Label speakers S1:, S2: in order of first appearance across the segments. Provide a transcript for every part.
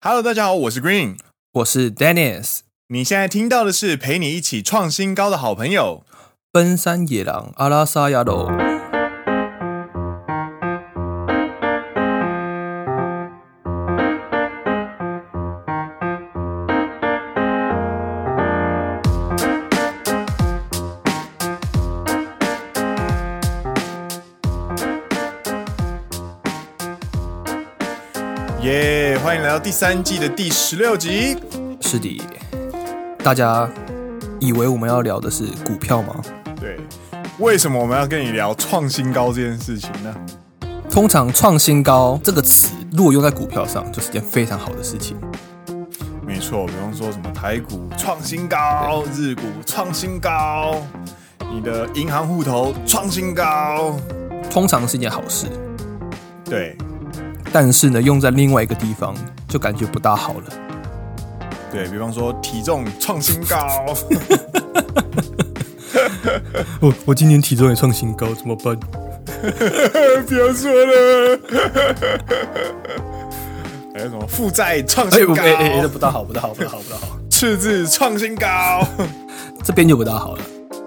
S1: Hello，大家好，我是 Green。
S2: 我是 Dennis，
S1: 你现在听到的是陪你一起创新高的好朋友。
S2: 奔山野狼阿拉萨亚罗。
S1: 耶、欢迎来到第三季的第十六集。
S2: 是的，大家以为我们要聊的是股票吗？
S1: 对，为什么我们要跟你聊创新高这件事情呢？
S2: 通常“创新高”这个词，如果用在股票上，就是件非常好的事情。
S1: 没错，比方说什么台股创新高、日股创新高、你的银行户头创新高，
S2: 通常是一件好事，
S1: 对
S2: 但是呢，用在另外一个地方就感觉不大好了。
S1: 对，比方说体重创新高，
S2: 我哦我今年体重也创新高，怎么办？
S1: 不要说了。还有什么负债创
S2: 哎
S1: 新高？
S2: 哎哎，这不大好，不大好，不大好，不大好，
S1: 赤字创新高。
S2: 这边就不大好了。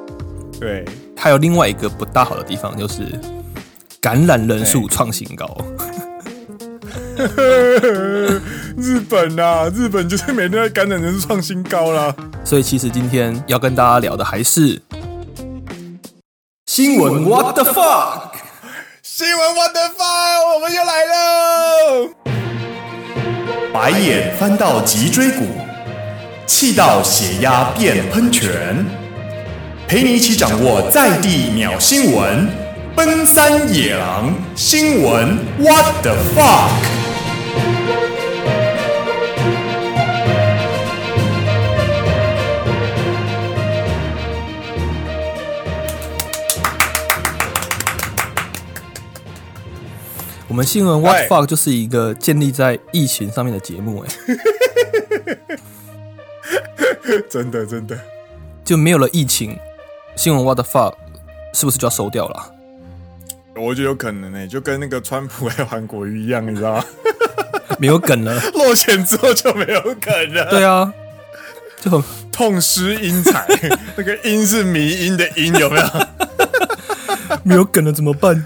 S1: 对，
S2: 还有另外一个不大好的地方就是感染人数创新高。
S1: 日本啊，日本就是每天在感染人数创新高啦。
S2: 所以其实今天要跟大家聊的还是新闻。What the fuck？
S1: 新闻 What the fuck，我们又来喽！白眼翻到脊椎骨，气到血压变喷泉，陪你一起掌握在地鸟新闻。奔山野狼新闻 What the fuck？
S2: 我们新闻 What
S1: 哎
S2: the fuck 就是一个建立在疫情上面的节目、哎，
S1: 真的真的，
S2: 就没有了疫情，新闻 What the fuck 是不是就要收掉了啊？
S1: 我觉得有可能呢、就跟那个川普还有韩国瑜一样，你知道吗？
S2: 没有梗 了。
S1: 落选之后就没有梗了。
S2: 对啊，就很
S1: 痛失英才， 那个“英”是迷音的“音”，有没有？
S2: 没有梗了，怎么办？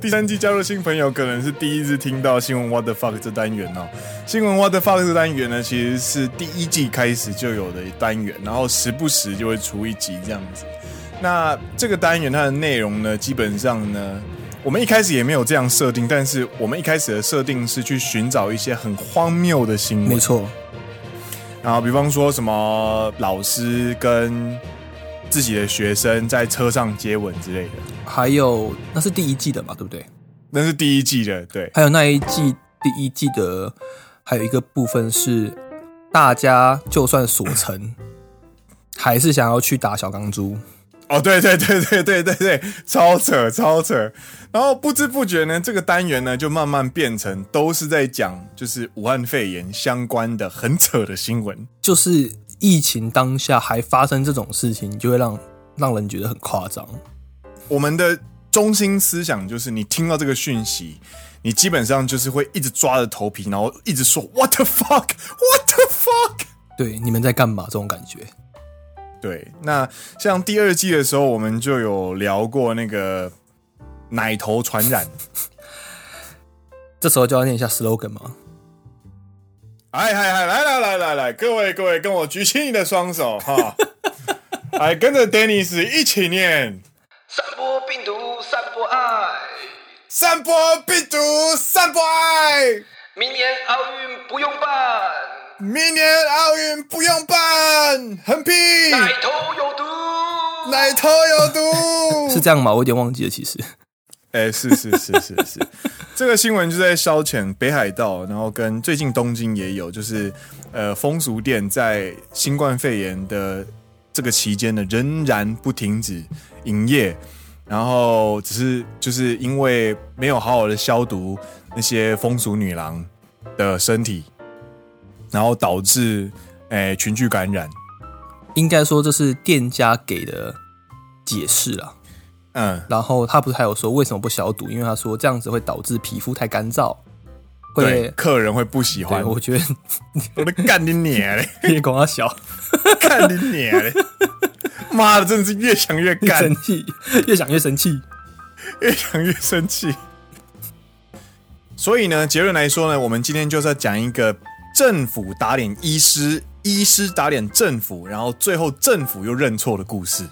S1: 第三季加入新朋友，可能是第一次听到新闻 “What the fuck” 这单元哦。新闻 “What the fuck” 这单元呢，其实是第一季开始就有的单元，然后时不时就会出一集这样子。那这个单元它的内容呢，基本上呢，我们一开始也没有这样设定，但是我们一开始的设定是去寻找一些很荒谬的新
S2: 没
S1: 闻，
S2: 错，
S1: 然后比方说什么老师跟自己的学生在车上接吻之类的，
S2: 还有那是第一季的嘛，对不对？
S1: 那是第一季的，对，
S2: 还有那一季第一季的，还有一个部分是大家就算所成，还是想要去打小钢珠。
S1: 哦，对对对对对对对，超扯超扯。然后不知不觉呢，这个单元呢就慢慢变成都是在讲就是武汉肺炎相关的很扯的新闻，
S2: 就是疫情当下还发生这种事情，就会让让人觉得很夸张。
S1: 我们的中心思想就是，你听到这个讯息，你基本上就是会一直抓着头皮，然后一直说 “What the fuck? What the fuck?”
S2: 对，你们在干嘛？这种感觉。
S1: 对，那像第二季的时候，我们就有聊过那个奶头传染。
S2: 这时候就要念一下 slogan 嘛。
S1: 嗯哎哎哎，来来来来来，各位各位，跟我举起你的双手哈！来，跟着 Dennis 一起念：
S3: 散播病毒，散播爱。
S1: 散播病毒，散播爱。
S3: 明年奥运不用办，
S1: 明年奥运不用办，横批：
S3: 奶头有毒。
S1: 奶头有毒。
S2: 是这样吗？我有点忘记了，其实。
S1: 哎、是是是是是，这个新闻就在消遣北海道，然后跟最近东京也有，就是呃风俗店在新冠肺炎的这个期间呢，仍然不停止营业，然后只是就是因为没有好好的消毒那些风俗女郎的身体，然后导致哎、群聚感染，
S2: 应该说这是店家给的解释啦。
S1: 嗯，
S2: 然后他不是还有说为什么不消毒？因为他说这样子会导致皮肤太干燥，
S1: 对
S2: 会，
S1: 客人会不喜欢
S2: 对，。我觉得
S1: 我的干你娘嘞，
S2: 你管他小，
S1: 干你娘嘞！妈的，真的是越想越
S2: 越
S1: 干
S2: 生，气，越想越生气。
S1: 越想越生气。所以呢，结论来说呢，我们今天就是要讲一个政府打脸医师，医师打脸政府，然后最后政府又认错的故事。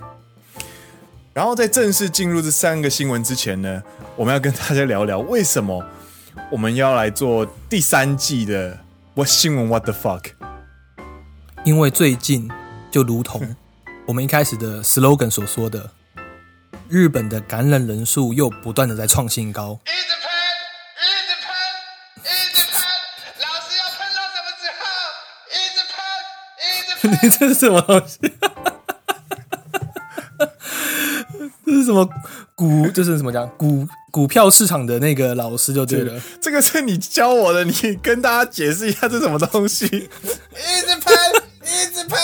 S1: 然后在正式进入这三个新闻之前呢，我们要跟大家聊聊为什么我们要来做第三季的 What 新闻 What the fuck？
S2: 因为最近就如
S1: 嗯
S2: 同我们一开始的 slogan 所说的，日本的感染人数又不断的在创 新高。
S3: 一直喷，一直喷，一直喷，老师要喷到什么时候？一直喷，一直喷。
S2: 你这是什么东 西？这是什么股？这是怎么讲？股股票市场的那个老师就对了。
S1: 这个是你教我的，你跟大家解释一下这什么东西？
S3: 一直喷，一直喷。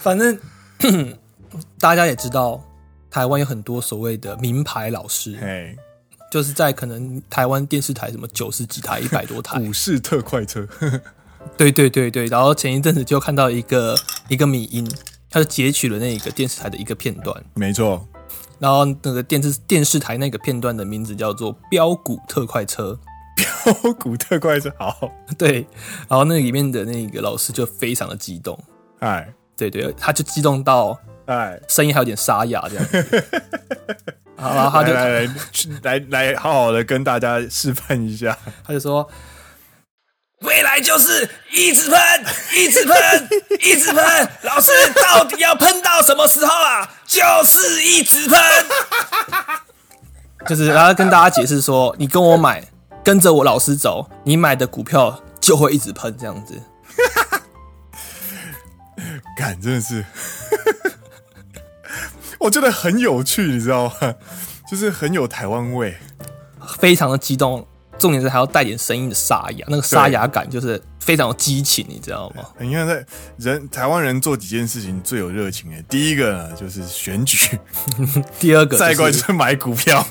S2: 反正 大家也知道，台湾有很多所谓的名牌老师，
S1: 哎，
S2: 就是在可能台湾电视台什么九十几台、一百多台，
S1: 股市特快车。
S2: 对对对对，然后前一阵子就看到一个一个米音，他就截取了那一个电视台的一个片段，
S1: 没错，
S2: 然后那个电视电视台那个片段的名字叫做《标股特快车
S1: 标股特快车好，》，
S2: 对，然后那里面的那个老师就非常的激动，
S1: 哎
S2: 对对，他就激动到
S1: 哎，
S2: 声音还有点沙哑这样子， 好然后
S1: 来
S2: 他就
S1: 来来去来来， 好好的跟大家示范一下，
S2: 他就说。未来就是一直喷，一直喷，一直喷。老师到底要喷到什么时候啊？就是一直喷。 就是然后跟大家解释说，你跟我买，跟着我老师走，你买的股票就会一直喷这样子。
S1: 感真的是， 我觉得很有趣，你知道吗？就是很有台湾味，
S2: 非常的激动，重点是还要带点声音的沙哑，那个沙哑感就是非常有激情，你知道吗？
S1: 你看在人台湾人做几件事情最有热情的，第一个呢就是选举，
S2: 第二个、
S1: 再过
S2: 就
S1: 来
S2: 是
S1: 就是买股票，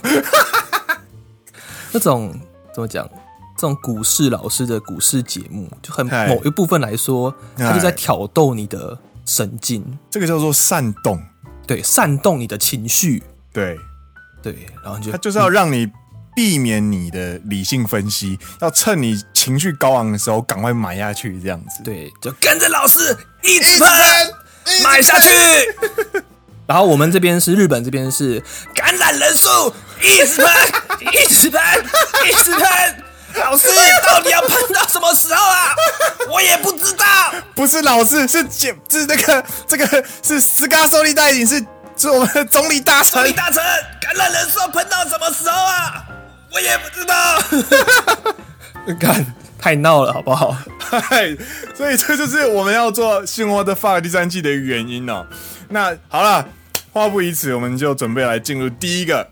S2: 那种怎么讲？这种股市老师的股市节目，就很
S1: 嗨
S2: 某一部分来说，
S1: 嗨
S2: 它就在挑逗你的神经，
S1: 这个叫做煽动，
S2: 对，煽动你的情绪，
S1: 对，
S2: 对，然后你就
S1: 他就是要让你避免你的理性分析，要趁你情绪高昂的时候赶快买下去，这样子。
S2: 对，就跟着老师一直喷，
S3: 一直喷
S2: 买下去。然后我们这边是日本，这边是感染人数一直喷，一直喷，一直喷。老师到底要喷到什么时候啊？我也不知道。
S1: 不是老师，是姐，是那个这个是斯卡受利代领，是是我们的总理大臣
S2: 李。 大成，感染人数喷到什么时候啊？我也不知道。 干，太闹了，好不好？
S1: 嗨，所以这就是我们要做《新闻的发》第三季的原因哦。那好了，话不宜迟，我们就准备来进入第一个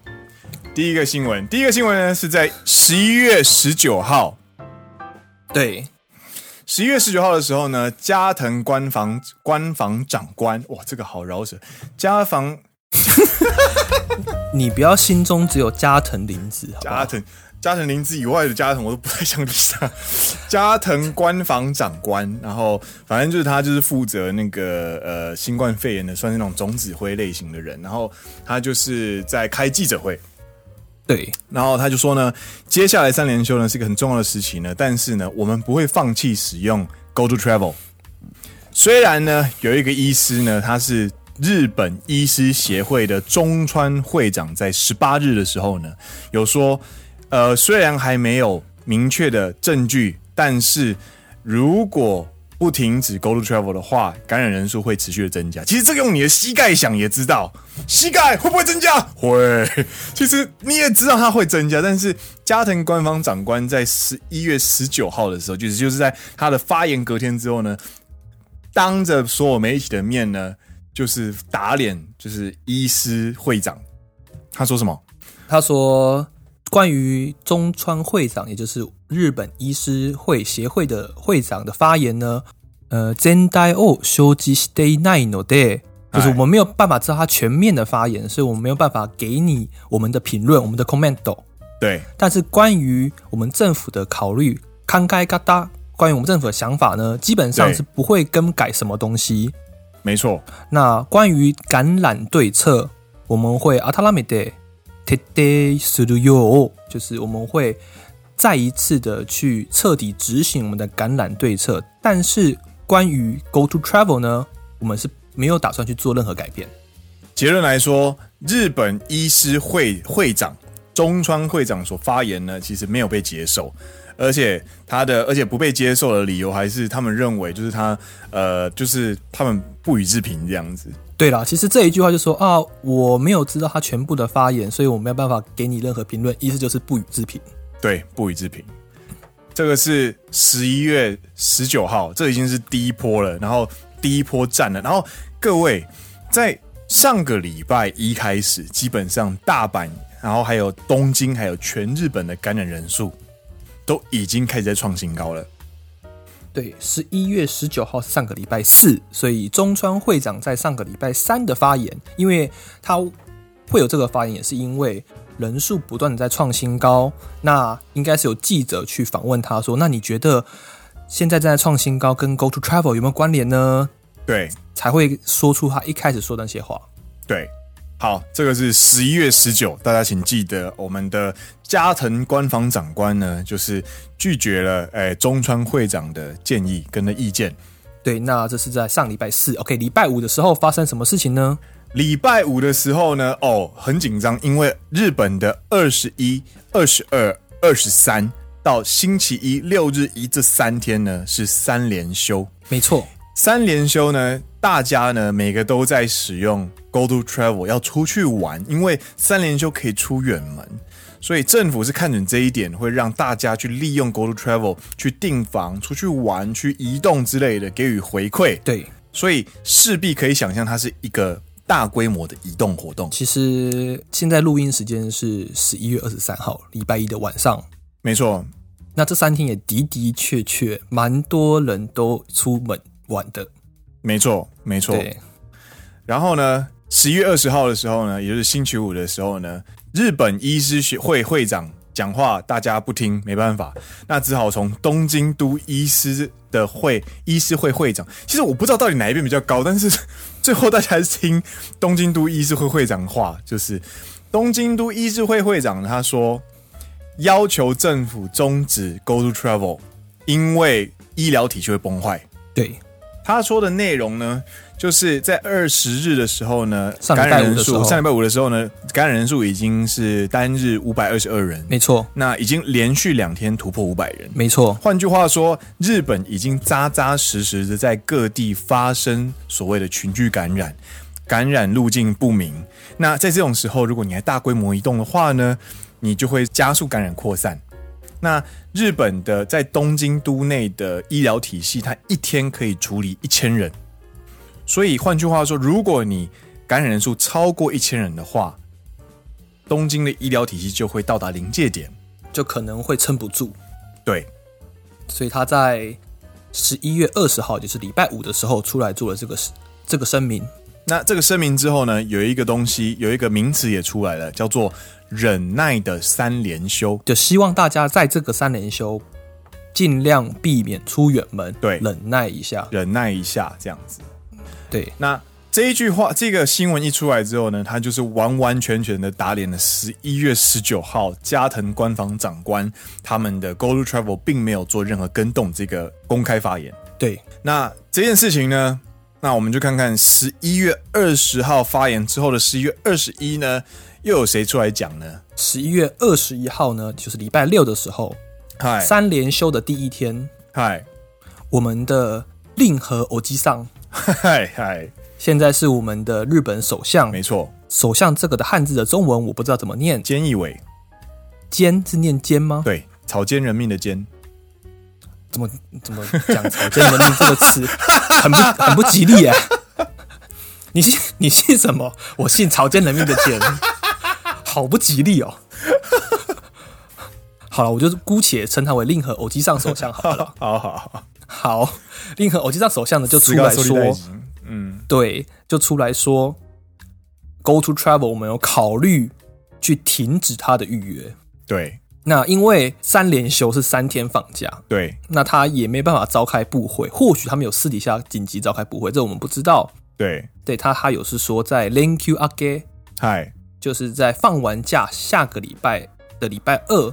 S1: 第一个新闻。第一个新闻呢是在十一月十九号，
S2: 对，
S1: 十一月十九号的时候呢，加藤官房官房长官，哇，这个好饶舌。加房
S2: 你不要心中只有加藤林子，好不好
S1: 加藤加藤林子以外的加藤，我都不太想理他。加藤官房长官，然后反正就是他，就是负责那个呃新冠肺炎的，算是那种总指挥类型的人。然后他就是在开记者会，
S2: 对，
S1: 然后他就说呢，接下来三连休呢是一个很重要的时期呢，但是呢，我们不会放弃使用 Go to Travel。虽然呢，有一个医师呢，他是日本医师协会的中川会长，在十八日的时候呢，有说，呃，虽然还没有明确的证据，但是如果不停止 Go to Travel 的话，感染人数会持续的增加。其实这个用你的膝盖想也知道，膝盖会不会增加？会。其实你也知道它会增加，但是加藤官方长官在十一月十九号的时候，就是就是在他的发言隔天之后呢，当着所有媒体的面呢，就是打脸，就是医师会长。他说什么？
S2: 他说，关于中川会长，也就是日本医师会协会的会长的发言呢，呃，全体を承知していないので，就是我们没有办法知道他全面的发言，所以我们没有办法给你我们的评论，我们的 comment。
S1: 对，
S2: 但是关于我们政府的考虑，慷慨嘎哒，关于我们政府的想法呢，基本上
S1: 对
S2: 是不会更改什么东西。
S1: 没错，
S2: 那关于感染对策，我们会阿塔拉美德 today studio，就是我们会再一次的去彻底执行我们的感染对策。但是关于 go to travel 呢，我们是没有打算去做任何改变。
S1: 结论来说，日本医师会会长中川会长所发言呢，其实没有被接受，而且他的而且不被接受的理由还是他们认为就是他呃就是他们不予置评这样子。
S2: 对啦，其实这一句话就说啊，我没有知道他全部的发言，所以我没有办法给你任何评论，意思就是不予置评。
S1: 对，不予置评。这个是十一月十九号，这已经是第一波了，然后第一波战了。然后各位，在上个礼拜一开始，基本上大阪，然后还有东京，还有全日本的感染人数都已经开始在创新高了。
S2: 对，十一月十九号是上个礼拜四，所以中川会长在上个礼拜三的发言，因为他会有这个发言，也是因为人数不断的在创新高。那应该是有记者去访问他说，那你觉得现在正在创新高跟 Go to Travel 有没有关联呢？
S1: 对
S2: 才会说出他一开始说的那些话。
S1: 对，好，这个是十一月十九，大家请记得，我们的加藤官方长官呢，就是拒绝了诶、哎中川会长的建议跟的意见。
S2: 对，那这是在上礼拜四，OK，礼拜五的时候发生什么事情呢？
S1: 礼拜五的时候呢，哦，很紧张，因为日本的二十一、二十二、二十三到星期一六日一这三天呢是三连休。
S2: 没错，
S1: 三连休呢，大家呢每个都在使用 Go to Travel 要出去玩，因为三连休可以出远门，所以政府是看准这一点，会让大家去利用 Go to Travel 去订房、出去玩、去移动之类的，给予回馈。
S2: 对，
S1: 所以势必可以想象，它是一个大规模的移动活动。
S2: 其实现在录音时间是十一月二十三号，礼拜一的晚上。
S1: 没错，
S2: 那这三天也的的确确蛮多人都出门玩的，
S1: 没错，没错。
S2: 对，
S1: 然后呢，十一月二十号的时候呢，也就是星期五的时候呢，日本医师学会会长讲话，大家不听，没办法，那只好从东京都医师的会医师会会长。其实我不知道到底哪一边比较高，但是 最后大家还是听东京都医师会会长话，就是东京都医师会会长他说，要求政府终止 Go to Travel，因为医疗体系会崩坏。
S2: 对，
S1: 他说的内容呢，就是在二十日的时候呢，
S2: 上礼拜
S1: 感染人
S2: 五的时候
S1: 数上礼拜五的时候呢，感染人数已经是单日五百二十二人，
S2: 没错，
S1: 那已经连续两天突破五百人。
S2: 没错，
S1: 换句话说，日本已经扎扎实实的在各地发生所谓的群聚感染，感染路径不明。那在这种时候，如果你还大规模移动的话呢，你就会加速感染扩散。那日本的在东京都内的医疗体系，它一天可以处理一千人，所以换句话说，如果你感染人数超过一千人的话，东京的医疗体系就会到达临界点。
S2: 就可能会撑不住，
S1: 对，
S2: 所以他在十一月二十号，就是礼拜五的时候出来做了这个这个声明，
S1: 那这个声明之后呢，有一个东西，有一个名词也出来了，叫做“忍耐的三连休
S2: 就希望大家在这个三连休尽量避免出远门，
S1: 对
S2: 忍耐一下”，，
S1: 忍耐一下这样子。
S2: 对，
S1: 那这一句话，这个新闻一出来之后呢，它就是完完全全的打脸了十一月十九号加藤官方长官他们的 Go to Travel 并没有做任何跟动这个公开发言。
S2: 对，
S1: 那这件事情呢，那我们就看看十一月二十号发言之后的十一月二十一呢，又有谁出来讲呢？
S2: 十一月二十一号呢，就是礼拜六的时候，
S1: 嗨
S2: 三连休的第一天，
S1: 嗨
S2: 我们的令和欧基上，
S1: 嗨嗨，
S2: 现在是我们的日本首相。
S1: 没错。
S2: 首相这个的汉字的中文我不知道怎么念，
S1: 菅义伟，
S2: 奸是念奸吗？
S1: 对，草菅人命的菅，
S2: 怎么怎么讲“草菅人命”这个词， 很不很不吉利啊！ 你姓你姓什么？我姓草菅人命的菅， 好不吉利哦。 好了，我就姑且称他为令和偶机上首相好了。
S1: 好好好，
S2: 好，令和偶机上首相呢就出
S1: 四个
S2: 来
S1: 手
S2: 说
S1: 里，带紧嗯，
S2: 对，就出来说，Go to Travel 我们有考虑去停止他的预约。
S1: 对
S2: 那因为三连休是三天放假，
S1: 对
S2: 那他也没办法召开部会，或许他们有私底下紧急召开部会，这我们不知道。
S1: 对，
S2: 对他，他有是说在 l i n k u a g e
S1: 嗨，
S2: 就是在放完假下个礼拜的礼拜二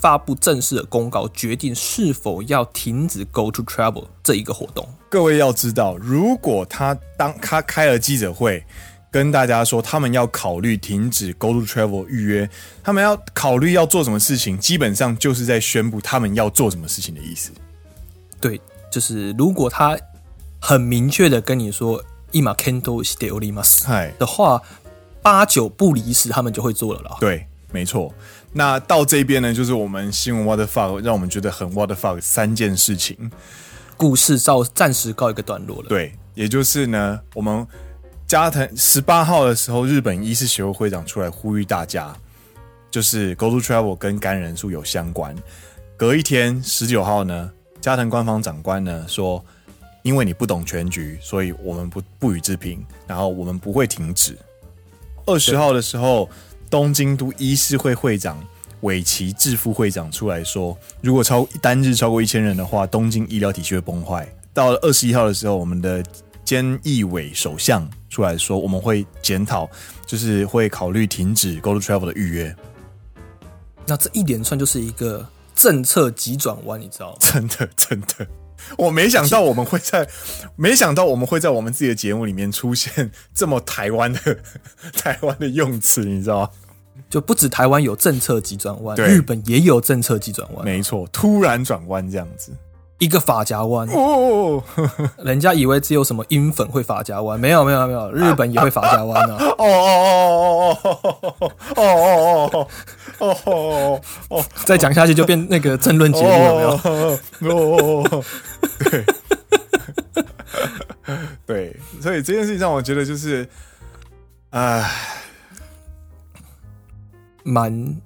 S2: 发布正式的公告，决定是否要停止 Go to Travel 这一个活动。
S1: 各位要知道，如果他当他开了记者会，跟大家说他们要考虑停止 Go to Travel 预约，他们要考虑要做什么事情，基本上就是在宣布他们要做什么事情的意思。
S2: 对，就是如果他很明确的跟你说“今 Kendo s t e o l i m a s
S1: 嗨，
S2: 的话，八九不离十，他们就会做了啦。
S1: 对，没错。那到这边呢，就是我们新闻 What the fuck 让我们觉得很 What the fuck 三件事情。
S2: 故事照暂时告一个段落了。
S1: 对，也就是呢，我们加藤十八号的时候，日本医师协会会长出来呼吁大家，就是 Go to Travel 跟感染人数有相关。隔一天，十九号呢，加藤官方长官呢说，因为你不懂全局，所以我们不不予置评，然后我们不会停止。二十号的时候，东京都医师会会长尾崎智夫会长出来说，如果超单日超过一千人的话，东京医疗体系会崩坏。到了二十一号的时候，我们的菅义伟首相出来说，我们会检讨，就是会考虑停止 Go to Travel 的预约。
S2: 那这一连串就是一个政策急转弯，你知道吗？
S1: 真的，真的，我没想到我们会在， 没想到我们会在我们自己的节目里面出现这么台湾的 台湾的用词，你知道吗？
S2: 就不止台湾有政策急转弯，
S1: 嗯对
S2: 日本也有政策急转弯，
S1: 没错，突然转弯这样子。
S2: 一个法夹弯，
S1: 哦，
S2: 人家以为只有什么英粉会法夹弯，没有没有没有，日本也会法夹弯啊
S1: 哦哦哦哦哦哦哦哦哦哦哦！哦哦
S2: 再讲下去就变那个政论节目了，有没有？
S1: 哦哦，对对，所以这件事情让我觉得就是，唉，
S2: 蛮。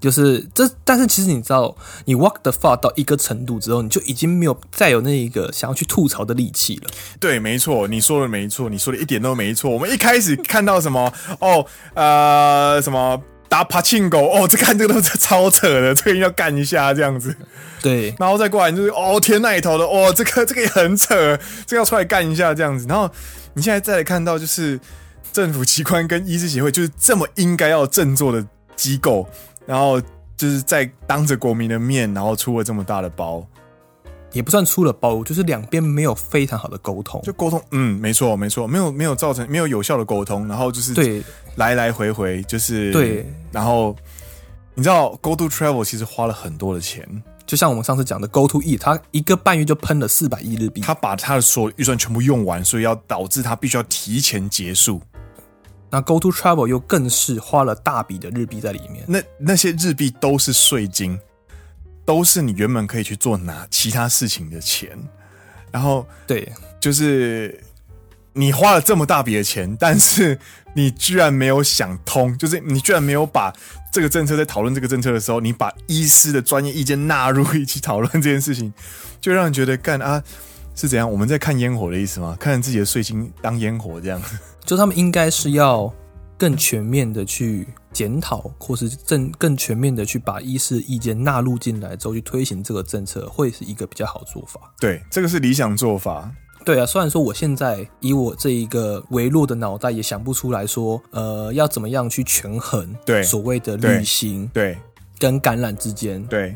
S2: 就是这，但是其实你知道，你 walk the fuck 到一个程度之后，你就已经没有再有那一个想要去吐槽的力气了。
S1: 对，没错，你说的没错，你说的一点都没错。我们一开始看到什么哦，呃，什么打帕庆狗哦，这看这个都是超扯的，这个一定要干一下这样子。
S2: 对，
S1: 然后再过来就是哦天那一头的哦，这个这 个也很扯，这个要出来干一下这样子。然后你现在再来看到就是政府机关跟医师协会就是这么应该要振作的机构，然后就是在当着国民的面，然后出了这么大的包，
S2: 也不算出了包，就是两边没有非常好的沟通。
S1: 就沟通，嗯，没错没错，没有没有造成没有有效的沟通，然后就是
S2: 对
S1: 来来回回就是
S2: 对，
S1: 然后你知道 Go to Travel 其实花了很多的钱，
S2: 就像我们上次讲的 Go to E，它一个半月就喷了四百亿日币。
S1: 他把他的所有预算全部用完，所以要导致他必须要提前结束。
S2: 那 Go to Travel 又更是花了大笔的日币在里面。
S1: 那那些日币都是税金，都是你原本可以去做哪其他事情的钱，然后
S2: 对，
S1: 就是你花了这么大笔的钱，但是你居然没有想通，就是你居然没有把这个政策在讨论这个政策的时候，你把医师的专业意见纳入一起讨论这件事情，就让人觉得干啊是怎样？我们在看烟火的意思吗？看自己的税金当烟火这样？
S2: 就他们应该是要更全面的去检讨，或是更更全面的去把医师意见纳入进来之后去推行这个政策，会是一个比较好做法。
S1: 对，这个是理想做法。
S2: 对啊，虽然说我现在以我这一个微弱的脑袋也想不出来说，呃，要怎么样去权衡
S1: 对
S2: 所谓的
S1: 对
S2: 旅行
S1: 对
S2: 跟感染之间，
S1: 对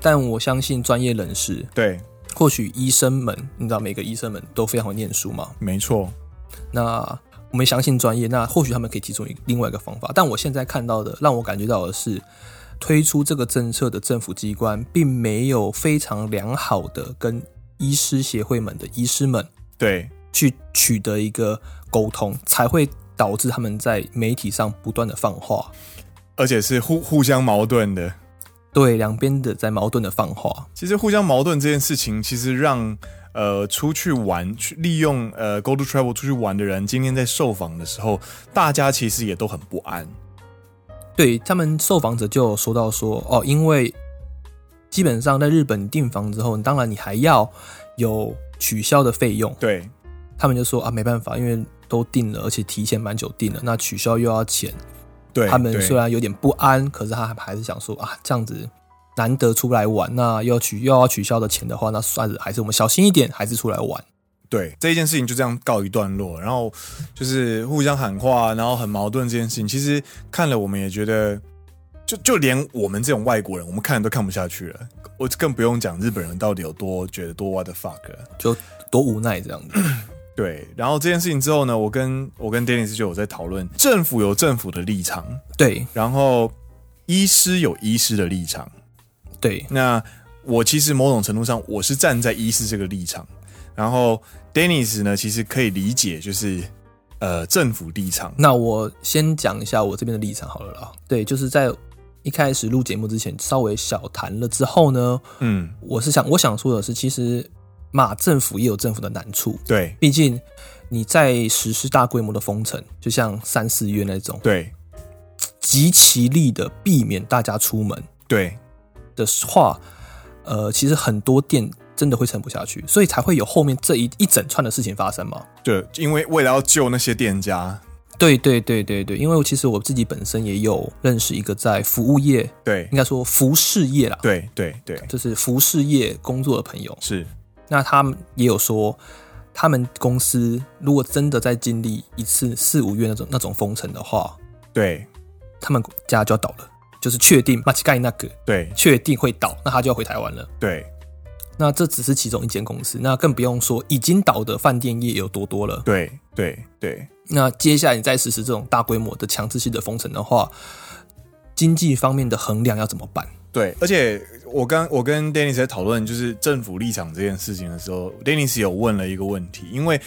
S2: 但我相信专业人士
S1: 对，
S2: 或许医生们，你知道每个医生们都非常会念书嘛，
S1: 没错。
S2: 那我们相信专业，那或许他们可以提出一另外一个方法。但我现在看到的，让我感觉到的是，推出这个政策的政府机关并没有非常良好的跟医师协会们的医师们
S1: 对
S2: 去取得一个沟通，才会导致他们在媒体上不断的放话，
S1: 而且是互互相矛盾的。
S2: 对两边的在矛盾的放话。
S1: 其实互相矛盾这件事情，其实让呃出去玩、去利用呃 Go to Travel 出去玩的人，今天在受访的时候，大家其实也都很不安。
S2: 对他们受访者就有说到说，哦，因为基本上在日本订房之后，当然你还要有取消的费用，
S1: 对
S2: 他们就说啊，没办法，因为都定了，而且提前蛮久定了，那取消又要钱，
S1: 对
S2: 他们
S1: 对
S2: 虽然有点不安，可是他还是想说啊，这样子难得出来玩，那又要取又要取消的钱的话，那算是还是我们小心一点，还是出来玩。
S1: 对，这一件事情就这样告一段落，然后就是互相喊话，然后很矛盾这件事情，其实看了我们也觉得，就就连我们这种外国人，我们看了都看不下去了，我更不用讲日本人到底有多觉得多 what the fuck 了。
S2: 就多无奈这样 子。
S1: 对，然后这件事情之后呢，我跟我跟 Dennis 就有在讨论，政府有政府的立场，
S2: 对
S1: 然后医师有医师的立场。
S2: 对
S1: 那我其实某种程度上我是站在医师这个立场，然后 Dennis 呢，其实可以理解就是呃政府立场。
S2: 那我先讲一下我这边的立场好了啦。对，就是在一开始录节目之前稍微小谈了之后呢，
S1: 嗯，
S2: 我是想我想说的是，其实马政府也有政府的难处，
S1: 对
S2: 毕竟你在实施大规模的封城，就像三四月那种，
S1: 对
S2: 极其力的避免大家出门
S1: 对
S2: 的话，呃，其实很多店真的会撑不下去，所以才会有后面这一一整串的事情发生嘛。
S1: 对，因为为了要救那些店家，
S2: 对对对对对，因为其实我自己本身也有认识一个在服务业，
S1: 对
S2: 应该说服饰业啦，
S1: 对对对，
S2: 就是服饰业工作的朋友，
S1: 是
S2: 那他们也有说，他们公司如果真的在经历一次四五月那种那种封城的话，
S1: 对
S2: 他们家就要倒了，就是确定马奇盖那个
S1: 对
S2: 确定会倒，那他就要回台湾了。
S1: 对
S2: 那这只是其中一间公司，那更不用说已经倒的饭店业有多多了。
S1: 对对对
S2: 那接下来你再实施这种大规模的强制性的封城的话，经济方面的衡量要怎么办？
S1: 对，而且我刚我跟 Dennis 在讨论就是政府立场这件事情的时候，Dennis 有问了一个问题，因为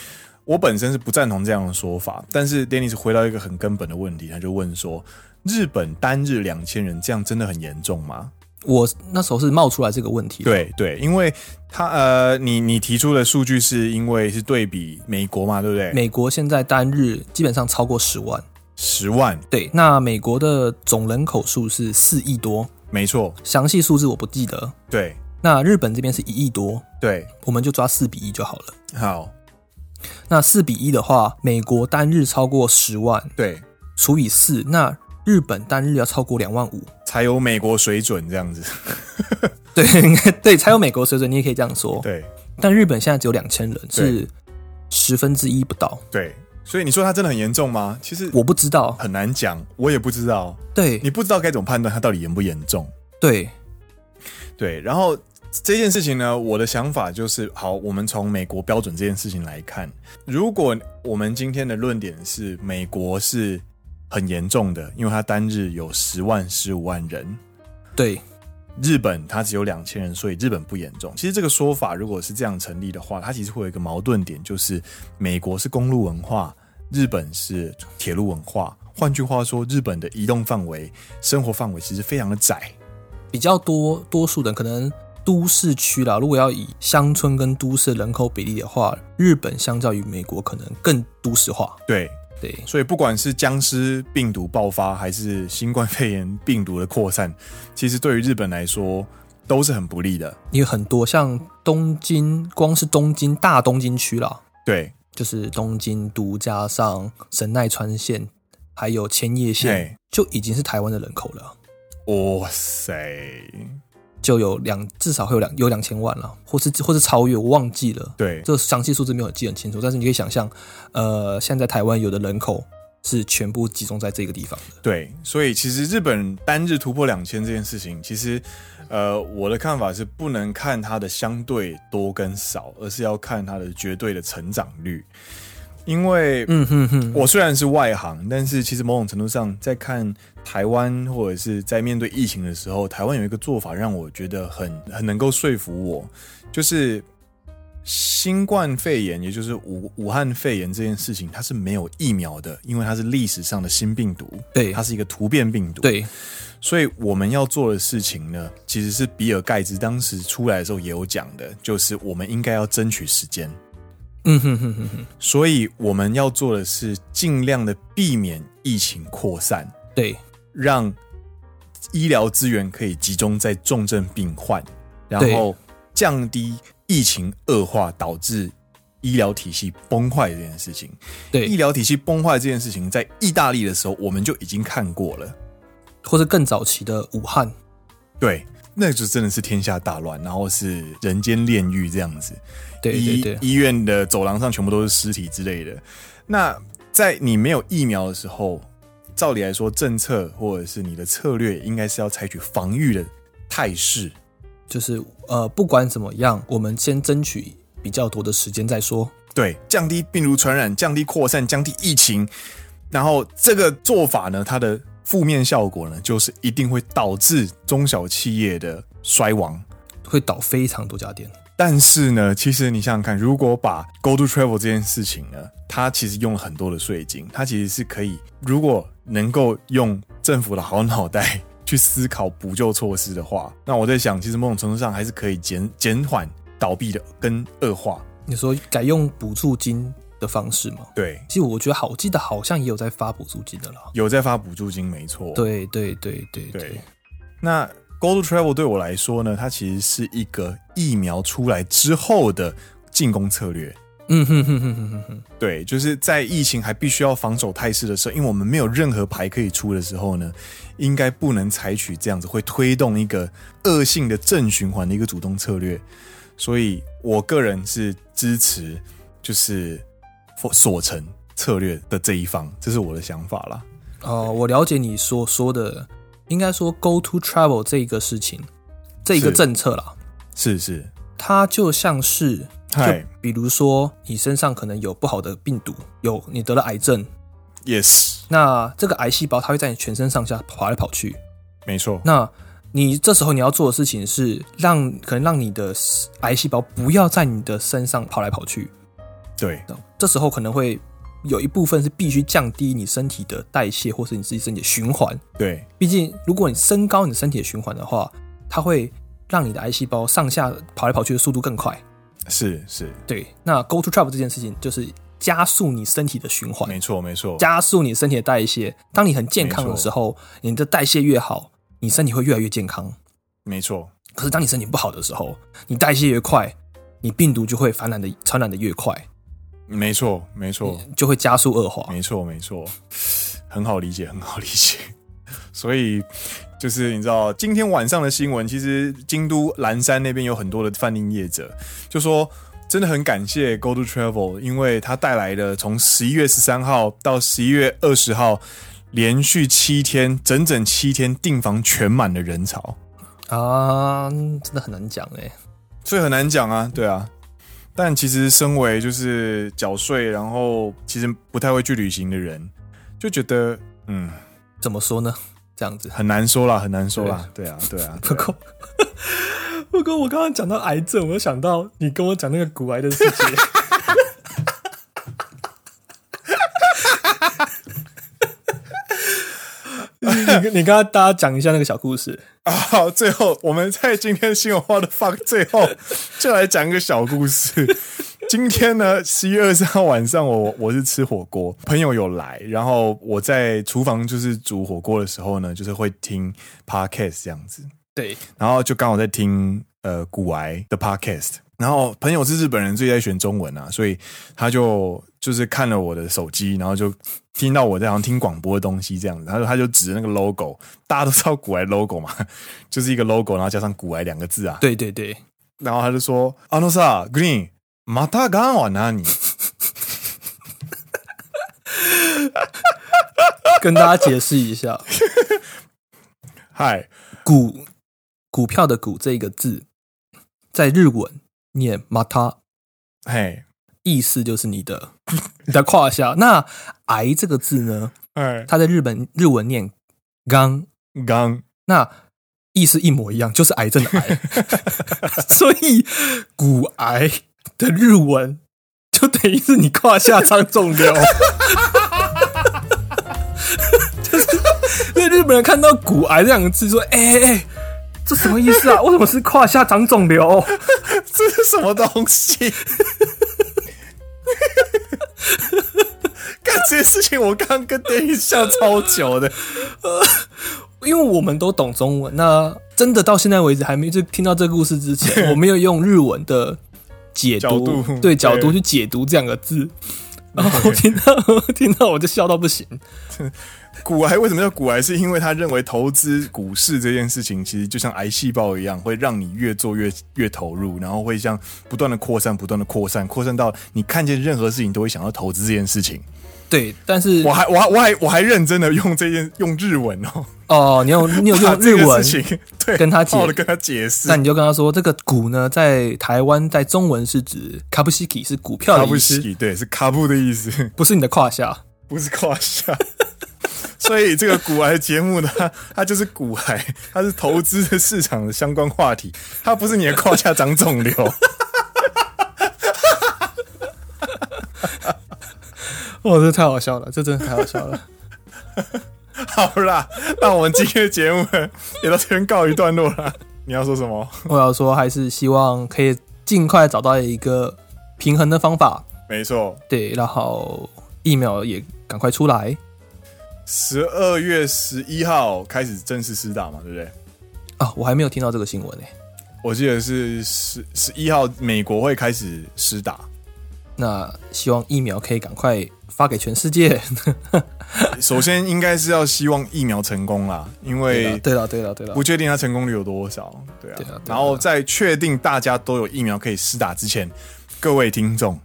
S1: 我本身是不赞同这样的说法，但是 Dennis 回到一个很根本的问题，他就问说：日本单日两千人，这样真的很严重吗？
S2: 我那时候是冒出来这个问题，，
S1: 对对，因为他呃，你你提出的数据是因为是对比美国嘛，对不对？
S2: 美国现在单日基本上超过十万，
S1: 十万，
S2: 对，那美国的总人口数是四亿多，
S1: 没错，
S2: 详细数字我不记得。
S1: 对
S2: 那日本这边是一亿多，
S1: 对，
S2: 我们就抓四比一就好了。
S1: 好，
S2: 那四比一的话，美国单日超过十万
S1: 对，
S2: 除以四，那日本单日要超过两万五，
S1: 才有美国水准这样子，
S2: 对应该对，才有美国水准，你也可以这样说。
S1: 对
S2: 但日本现在只有两千人，是十分之一不到，
S1: 对，所以你说它真的很严重吗？其实
S2: 我不知道。
S1: 很难讲，我也不知道，你
S2: 对
S1: 不知道该怎么判断它到底严不严重。
S2: 对
S1: 对，然后这件事情呢，我的想法就是，好，我们从美国标准这件事情来看，如果我们今天的论点是美国是很严重的，因为它单日有十万、十五万人，
S2: 对
S1: 日本它只有两千人，所以日本不严重。其实这个说法如果是这样成立的话，它其实会有一个矛盾点，就是美国是公路文化，日本是铁路文化。换句话说，日本的移动范围、生活范围其实非常的窄。
S2: 比较多多数人可能都市区啦，如果要以乡村跟都市人口比例的话，日本相较于美国可能更都市化。
S1: 对，
S2: 对
S1: 所以不管是僵尸病毒爆发，还是新冠肺炎病毒的扩散，其实对于日本来说都是很不利的。
S2: 因为很多像东京，光是东京大东京区啦，
S1: 对，
S2: 就是东京都加上神奈川县，还有千叶县
S1: 对，，
S2: 就已经是台湾的人口了，啊
S1: 哇塞，
S2: 就有两至少会有两有两千万了，或是或是超越，我忘记了。
S1: 对
S2: 这个详细数字没有记很清楚，但是你可以想象，呃，现在台湾有的人口是全部集中在这个地方的。
S1: 对，所以其实日本单日突破两千这件事情，其实呃，我的看法是不能看它的相对多跟少，而是要看它的绝对的成长率，因为
S2: 嗯哼哼，
S1: 我虽然是外行，但是其实某种程度上，在看台湾或者是在面对疫情的时候，台湾有一个做法让我觉得很很能够说服我，就是新冠肺炎，也就是武武汉肺炎这件事情，它是没有疫苗的，因为它是历史上的新病毒，
S2: 对
S1: 它是一个突变病毒，，
S2: 对
S1: 所以我们要做的事情呢，其实是比尔盖茨当时出来的时候也有讲的，就是我们应该要争取时间。
S2: 嗯哼哼哼哼，
S1: 所以我们要做的是尽量的避免疫情扩散，
S2: 对
S1: 让医疗资源可以集中在重症病患，然后降低疫情恶化导致医疗体系崩坏这件事情。医
S2: 对，
S1: 疗体系崩坏这件事情，在意大利的时候我们就已经看过了。
S2: 或是更早期的武汉，
S1: 对，那就真的是天下大乱，然后是人间炼狱这样子。
S2: 对对
S1: 医
S2: 对，
S1: 医院的走廊上全部都是尸体之类的。那在你没有疫苗的时候，照理来说，政策或者是你的策略应该是要采取防御的态势。
S2: 就是呃，不管怎么样，我们先争取比较多的时间再说。
S1: 对，降低病毒传染，降低扩散，降低疫情。然后这个做法呢，它的负面效果呢，就是一定会导致中小企业的衰亡。
S2: 会倒非常多家店，
S1: 但是呢，其实你想想看，如果把 Go to Travel 这件事情呢，它其实用了很多的税金，它其实是可以，如果能够用政府的好脑袋去思考补救措施的话，那我在想，其实某种程度上还是可以减减缓倒闭的跟恶化。
S2: 你说改用补助金的方式吗？
S1: 对，
S2: 其实我觉得好，我记得好像也有在发补助金的啦。
S1: 有在发补助金，没错。
S2: 对对对对
S1: 哦对，那 Go to Travel 对我来说呢，它其实是一个疫苗出来之后的进攻策略。
S2: 嗯哼哼哼哼哼哼，
S1: 对，就是在疫情还必须要防守态势的时候，因为我们没有任何牌可以出的时候呢，应该不能采取这样子会推动一个恶性的正循环的一个主动策略。所以我个人是支持就是锁城策略的这一方，这是我的想法啦。
S2: 哦，我了解你所说的，应该说 “go to travel” 这一个事情，这一个
S1: 是
S2: 政策啦，
S1: 是是，
S2: 它就像是，就
S1: 嗨
S2: 比如说你身上可能有不好的病毒，有你得了癌症，
S1: ，yes，
S2: 那这个癌细胞它会在你全身上下跑来跑去，
S1: 没错，
S2: 那你这时候你要做的事情是让可能让你的癌细胞不要在你的身上跑来跑去，
S1: 对，
S2: 这时候可能会有一部分是必须降低你身体的代谢或是你自己身体的循环。
S1: 对，
S2: 毕竟如果你升高你身体的循环的话，它会让你的癌细胞上下跑来跑去的速度更快。
S1: 是是，
S2: 对，那 go to travel 这件事情就是加速你身体的循环，
S1: 没错没错，
S2: 加速你身体的代谢。当你很健康的
S1: 没错
S2: 时候，你的代谢越好，你身体会越来越健康。
S1: 没错，
S2: 可是当你身体不好的时候，你代谢越快，你病毒就会传染的传染的越快，
S1: 没错没错。
S2: 就会加速恶化。
S1: 没错，没错，很好理解，很好理解。 所以就是你知道，今天晚上的新闻，其实京都岚山那边有很多的饭店业者就说。真的很感谢 Go to Travel，因为它带来的从十一月十三号到十一月二十号，连续七天，整整七天订房全满的人潮，
S2: 啊，真的很难讲哎、
S1: 所以很难讲啊，对啊。但其实身为就是缴税，然后其实不太会去旅行的人，就觉得嗯，
S2: 怎么说呢？这样子
S1: 很难说啦，很难说啦。对啊，对啊，
S2: 不过，不 过我刚刚讲到癌症，我又想到你跟我讲那个骨癌的事 情。你你你跟大家讲一下那个小故事，
S1: 啊好，最后我们在今天新闻化的 fuck 最后 就来讲一个小故事。今天呢，十一月二十号晚上我，我是吃火锅，朋友有来，然后我在厨房就是煮火锅的时候呢，就是会听 podcast 这样子，
S2: 对，
S1: 然后就刚好在听呃古癌的 podcast，然后朋友是日本人，最在选中文啊，所以他就就是看了我的手机，然后就听到我在好像听广播的东西这样子，他就他就指那个 logo，大家都知道古癌 logo 嘛， 就是一个 logo，然后加上古癌两个字啊，
S2: 对对对，
S1: 然后他就说あのさ、グリーン、またがんは何？
S2: 跟大家解释一下，
S1: 嗨，
S2: 股股票的股这一个字，在日文念 mata，
S1: 嘿，
S2: 意思就是你的 你的胯下。那癌这个字呢，
S1: 哎，
S2: 它在日本日文念刚，
S1: がん，
S2: 那意思一模一样，就是癌症的癌。所以骨癌的日文就等于是你胯下长肿瘤。 就是，所以日本人看到“骨癌”这两个字，说：“哎哎哎，这什么意思啊？为什么是胯下长肿瘤？”
S1: 这是什么东西？ 干这件事情，我刚刚跟 d a n 笑超久的。
S2: 因为我们都懂中文，那真的到现在为止还没就听到这个故事之前，我没有用日文的解
S1: 角
S2: 读，
S1: 度
S2: 对角度
S1: 对
S2: 去解读这两个字。然后听到听到我就笑到不行，
S1: 骨癌为什么叫骨癌？是因为他认为投资股市这件事情，其实就像癌细胞一样，会让你越做越越投入，然后会像不断的扩散，不断的扩散，扩散到你看见任何事情都会想要投资这件事情。
S2: 对，但是
S1: 我还我还我还我还认真的用这件用日文哦，
S2: 哦，你有你有
S1: 把
S2: 用
S1: 这
S2: 日
S1: 个
S2: 文
S1: 事，情对
S2: 跟他解
S1: 好的跟他解释
S2: 那，你就跟他说，这个股呢，在台湾在中文是指卡布西基是股票
S1: 卡
S2: 的
S1: 布
S2: 意思，
S1: 西对是卡布的意思，
S2: 不是你的胯下。
S1: 不是胯下。 所以这个股癌节目呢， 它它就是股癌，它是投资的市场的相关话题，它不是你的胯下长肿瘤。
S2: 哦，这太好笑了，这真的太好笑了。
S1: 好啦，那我们今天的节目呢也到这边告一段落啦。 你要说什么？
S2: 我要说，还是希望可以尽快找到一个平衡的方法，
S1: 没错，
S2: 对，然后疫苗也赶快出来。
S1: 十二月十一号开始正式施打嘛，对不对？
S2: 啊，我还没有听到这个新闻欸诶、
S1: 我记得是十十一号，美国会开始施打，
S2: 那希望疫苗可以赶快发给全世 界。
S1: 首先应该是要希望疫苗成功啦，因为
S2: 对了，对了，对了
S1: 啊不，确定它成功率有多少，对
S2: 对啊对
S1: 啊
S2: 啊。
S1: 然后在确定大家都有疫苗可以施打之前，各位听众，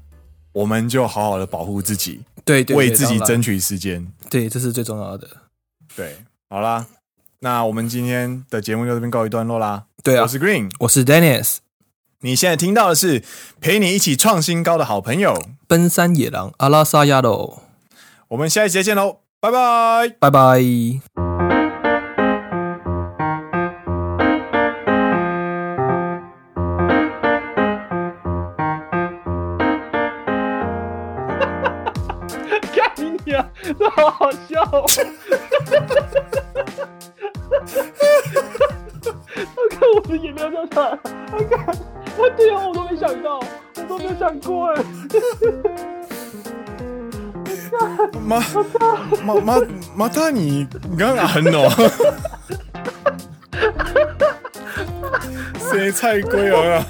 S1: 我们就好好的保护自己，
S2: 对对，
S1: 为
S2: 对
S1: 自己，
S2: 当然
S1: 争取时间。
S2: 对，这是最重要的。
S1: 对，好啦，那我们今天的节目就这边告一段落啦。
S2: 对啊
S1: 我，是 Green，
S2: 我是 Dennis，
S1: 你现在听到的是陪你一起创新高的好朋友。
S2: 奔山野狼阿拉萨亚喽，
S1: 我们下一集再见喽，拜拜。
S2: 拜拜。
S4: 干你啊！ 这好好笑、 哦！我看我的眼泪掉下来了，我看，我这样我都没想到，我都没有想过哎。
S1: 妈妈妈妈，大你你刚刚很哦。谁菜龟儿啊？